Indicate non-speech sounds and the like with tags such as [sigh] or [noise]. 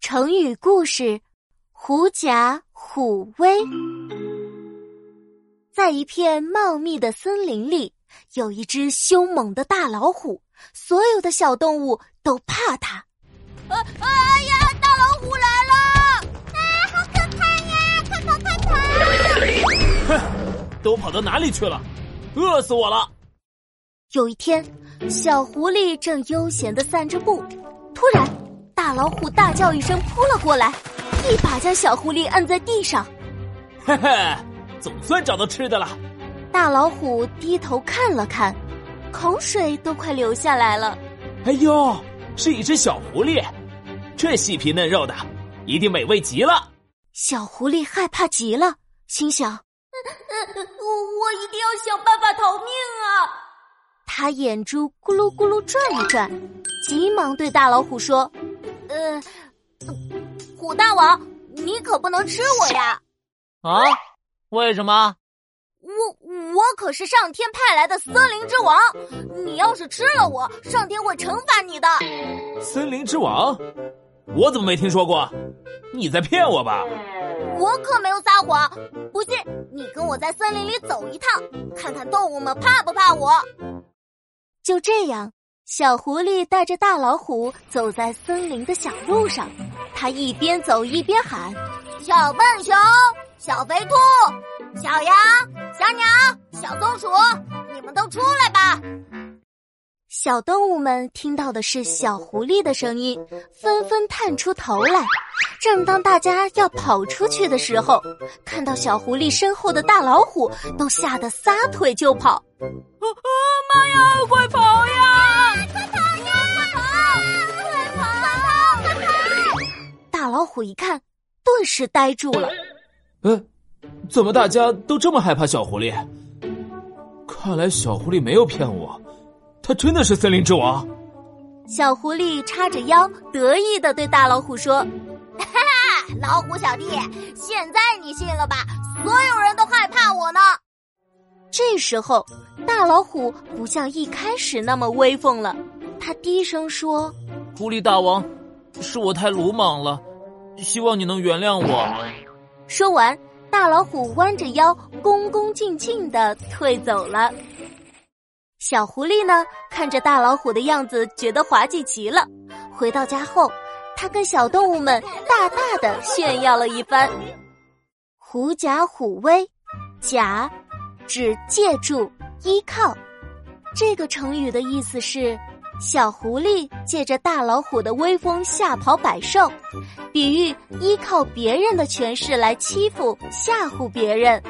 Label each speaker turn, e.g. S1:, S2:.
S1: 成语故事：狐假虎威。在一片茂密的森林里，有一只凶猛的大老虎，所有的小动物都怕它。呃
S2: 啊哎呀，大老虎来了！啊，好可怕呀！快跑快跑！
S3: 都跑到哪里去了？饿死我了！ [laughs]
S1: 有一天，小狐狸正悠闲的散着步，突然，大老虎大叫一声扑了过来，一把将小狐狸按在地上。
S3: 嘿嘿，总算找到吃的了。
S1: 大老虎低头看了看，口水都快流下来了。
S3: 哎呦，是一只小狐狸，这细皮嫩肉的，一定美味极了。
S1: 小狐狸害怕极了，心想：
S2: 呃我一定要想办法逃命啊！
S1: 他眼珠咕噜咕噜转了转，急忙对大老虎说
S2: 呃，虎大王，你可不能吃我呀！
S4: 啊？为什么？
S2: 我我可是上天派来的森林之王，你要是吃了我，上天会惩罚你的。
S3: 森林之王，我怎么没听说过？你在骗我吧？
S2: 我可没有撒谎，不信你跟我在森林里走一趟，看看动物们怕不怕我。：“
S1: 就这样。”小狐狸带着大老虎走在森林的小路上，它一边走一边喊。
S2: 小笨熊、小肥兔、小羊、小鸟、小松鼠，你们都出来吧！
S1: 小动物们听到的是小狐狸的声音，纷纷探出头来。正当大家要跑出去的时候，看到小狐狸身后的大老虎，都吓得撒腿就跑。
S2: 哦快跑呀！快跑呀！快跑！快跑！快跑！
S1: 大老虎一看，顿时呆住了。
S3: 呃，怎么大家都这么害怕小狐狸？看来小狐狸没有骗我，它真的是森林之王。
S1: 小狐狸叉着腰，得意的对大老虎说
S2: 老虎小弟，现在你信了吧？所有人都害怕我呢。：“
S1: 这时候，大老虎不像一开始那么威风了。”他低声说
S4: 狐狸大王，是我太鲁莽了，希望你能原谅我。：“
S1: 说完，大老虎弯着腰，恭恭敬敬的退走了。”小狐狸呢，看着大老虎的样子，觉得滑稽极了。回到家后，他跟小动物们大大的炫耀了一番。狐假虎威，假指借助、依靠。这个成语的意思是，小狐狸借着大老虎的威风吓跑百兽，比喻依靠别人的权势来欺负、吓唬别人。